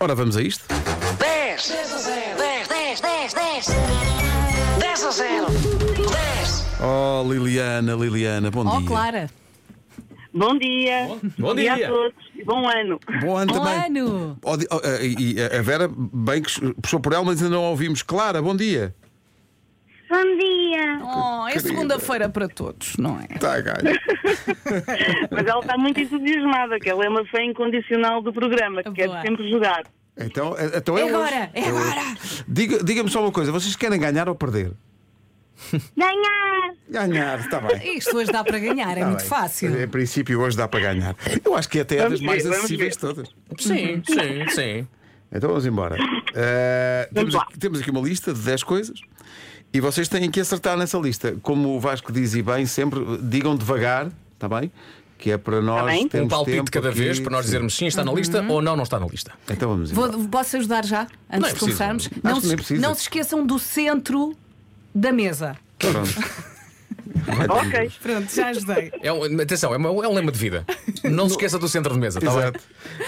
Ora, vamos a isto? 10 10 10 10 10 10 a 0 10 Oh, Liliana, Liliana, bom Oh, dia. Clara. Bom dia. Bom dia. a todos. Bom ano. Bom ano Bom também. ano. Oh, di- oh, eh, e a a Vera, bem que puxou por ela, mas ainda não a ouvimos. Clara, bom dia. Bom dia. Oh, é querida. segunda-feira para todos, não é? Tá, ganha. Mas ela está muito entusiasmada, que ela é uma fã incondicional do programa, que Boa. quer sempre jogar. Então, eh, então é, É hoje. agora, é hoje. agora. Diga- Diga-me só uma coisa: vocês querem ganhar ou perder? Ganhar! Ganhar, está bem. Isto hoje dá para ganhar, é Tá muito bem. fácil. Em princípio, hoje dá para ganhar. Eu acho que até é das Vamos mais ver, vamos acessíveis ver. todas. Sim, sim, sim. Um Então vamos embora. Eh, Vamos temos, lá. aqui, temos aqui uma lista de 10 coisas e vocês têm que acertar nessa lista. Como o Vasco diz e bem, sempre eh, digam devagar, está bem? Que é para nós bem. Um termos Um palpite tempo cada aqui. vez para nós Sim. dizermos sim, está na lista ou não, não está na lista. Então vamos embora. Vou, posso ajudar já? Antes Não é de preciso. começarmos? Acho Não, que se- não é preciso. não se esqueçam do centro da mesa. Pronto. Ok. Pronto, já ajudei. É um- atenção, é, uma- é um lema de vida. Não se esqueça do centro de mesa, está bem? Exato.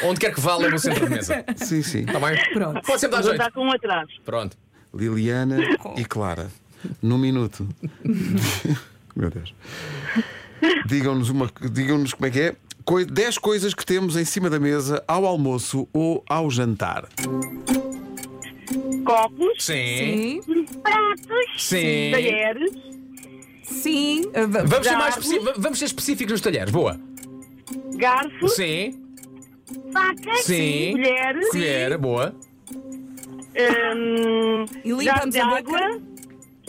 Onde quer que vá, lembra o centro de mesa. Sim, sim. Está bem? Pronto. Pode sempre dar Vou jeito. dar com um atraso. Pronto. Liliana e Clara, num minuto. Meu Deus. Digam-nos uma, digam-nos como é que é. 10 coisas que temos em cima da mesa ao almoço ou ao jantar. Copos, Sim. Sim. pratos, Sim. talheres, Sim. Vamos ser, mais especi- va- vamos ser específicos nos talheres. Boa. garfos, Sim. facas, Sim. colheres, Colher, boa. hum, E jarro limpamos de a água, boca.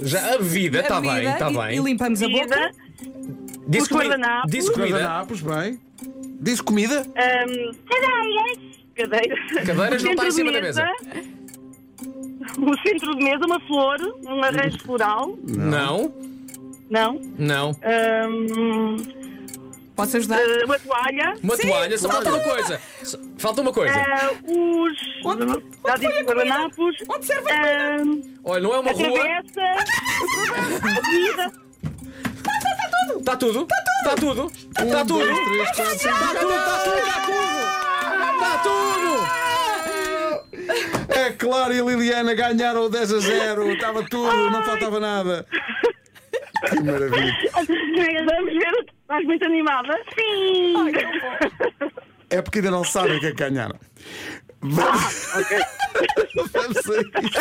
Já a vida, está Comida tá bem, está e- E bem. limpamos a vida, boca. Disse os comida. guardanapos. Disse comida. Guardanapos, bem. Disse comida? hum, cadeiras, cadeiras, Cadeiras O não está centro em cima de da mesa. O centro de mesa, uma flor, um arranjo floral, Não, não, não. Hum, Posso ajudar? eh, uma toalha, Uma toalha, só falta uma coisa. Só- Falta uma coisa. eh, os. Onde- onde já foi disse a comida? guardanapos. Onde serve a hum, Olha, não é uma a rua. travessa. a comida. Está Tá tudo. Está tudo. Um, Está tudo. dois, três, quatro, cinco. Está tudo. Está tudo. Está tudo. Está É tudo. claro, e a Liliana ganharam o 10 a 0. Estava tudo, não faltava nada. Que maravilha. Vamos ver, estás muito animada? Sim! É porque ainda não sabem o que é que ganharam. Vamos. Vamos a isso.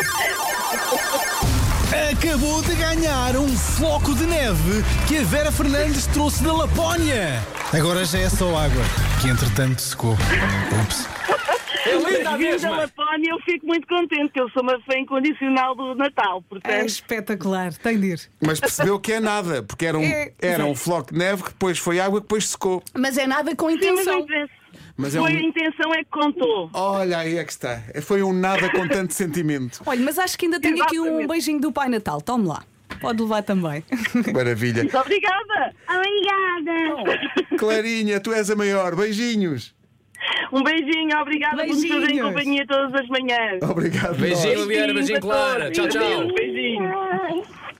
Acabou de ganhar um floco de neve que a Vera Fernandes trouxe da Lapónia. Agora já é só água, que entretanto secou. Ups. É linda a Vinda mesma. Lapónia, eu fico muito contente, que eu sou uma fã incondicional do Natal, É portanto. espetacular, tem de ir. Mas percebeu que é nada, porque era um, É, era um exato. floco de neve que depois foi água que depois secou. Mas é nada com Sim, mas não intenção. interessa. Mas é Foi a um. intenção é que contou. Olha, aí é que está. Foi um nada com tanto sentimento. Olha, mas acho que ainda tenho aqui um Exatamente. beijinho do Pai Natal. Tome lá. Pode levar também. Maravilha. Muito obrigada! Obrigada! Clarinha, tu és a maior. Beijinhos. Um beijinho, obrigada por me fazerem Beijinhos. companhia todas as manhãs. Obrigado. Beijinho, nós. Liliana. Beijinho, Beijinhos a Clara. Tchau, todos. tchau. Beijinhos.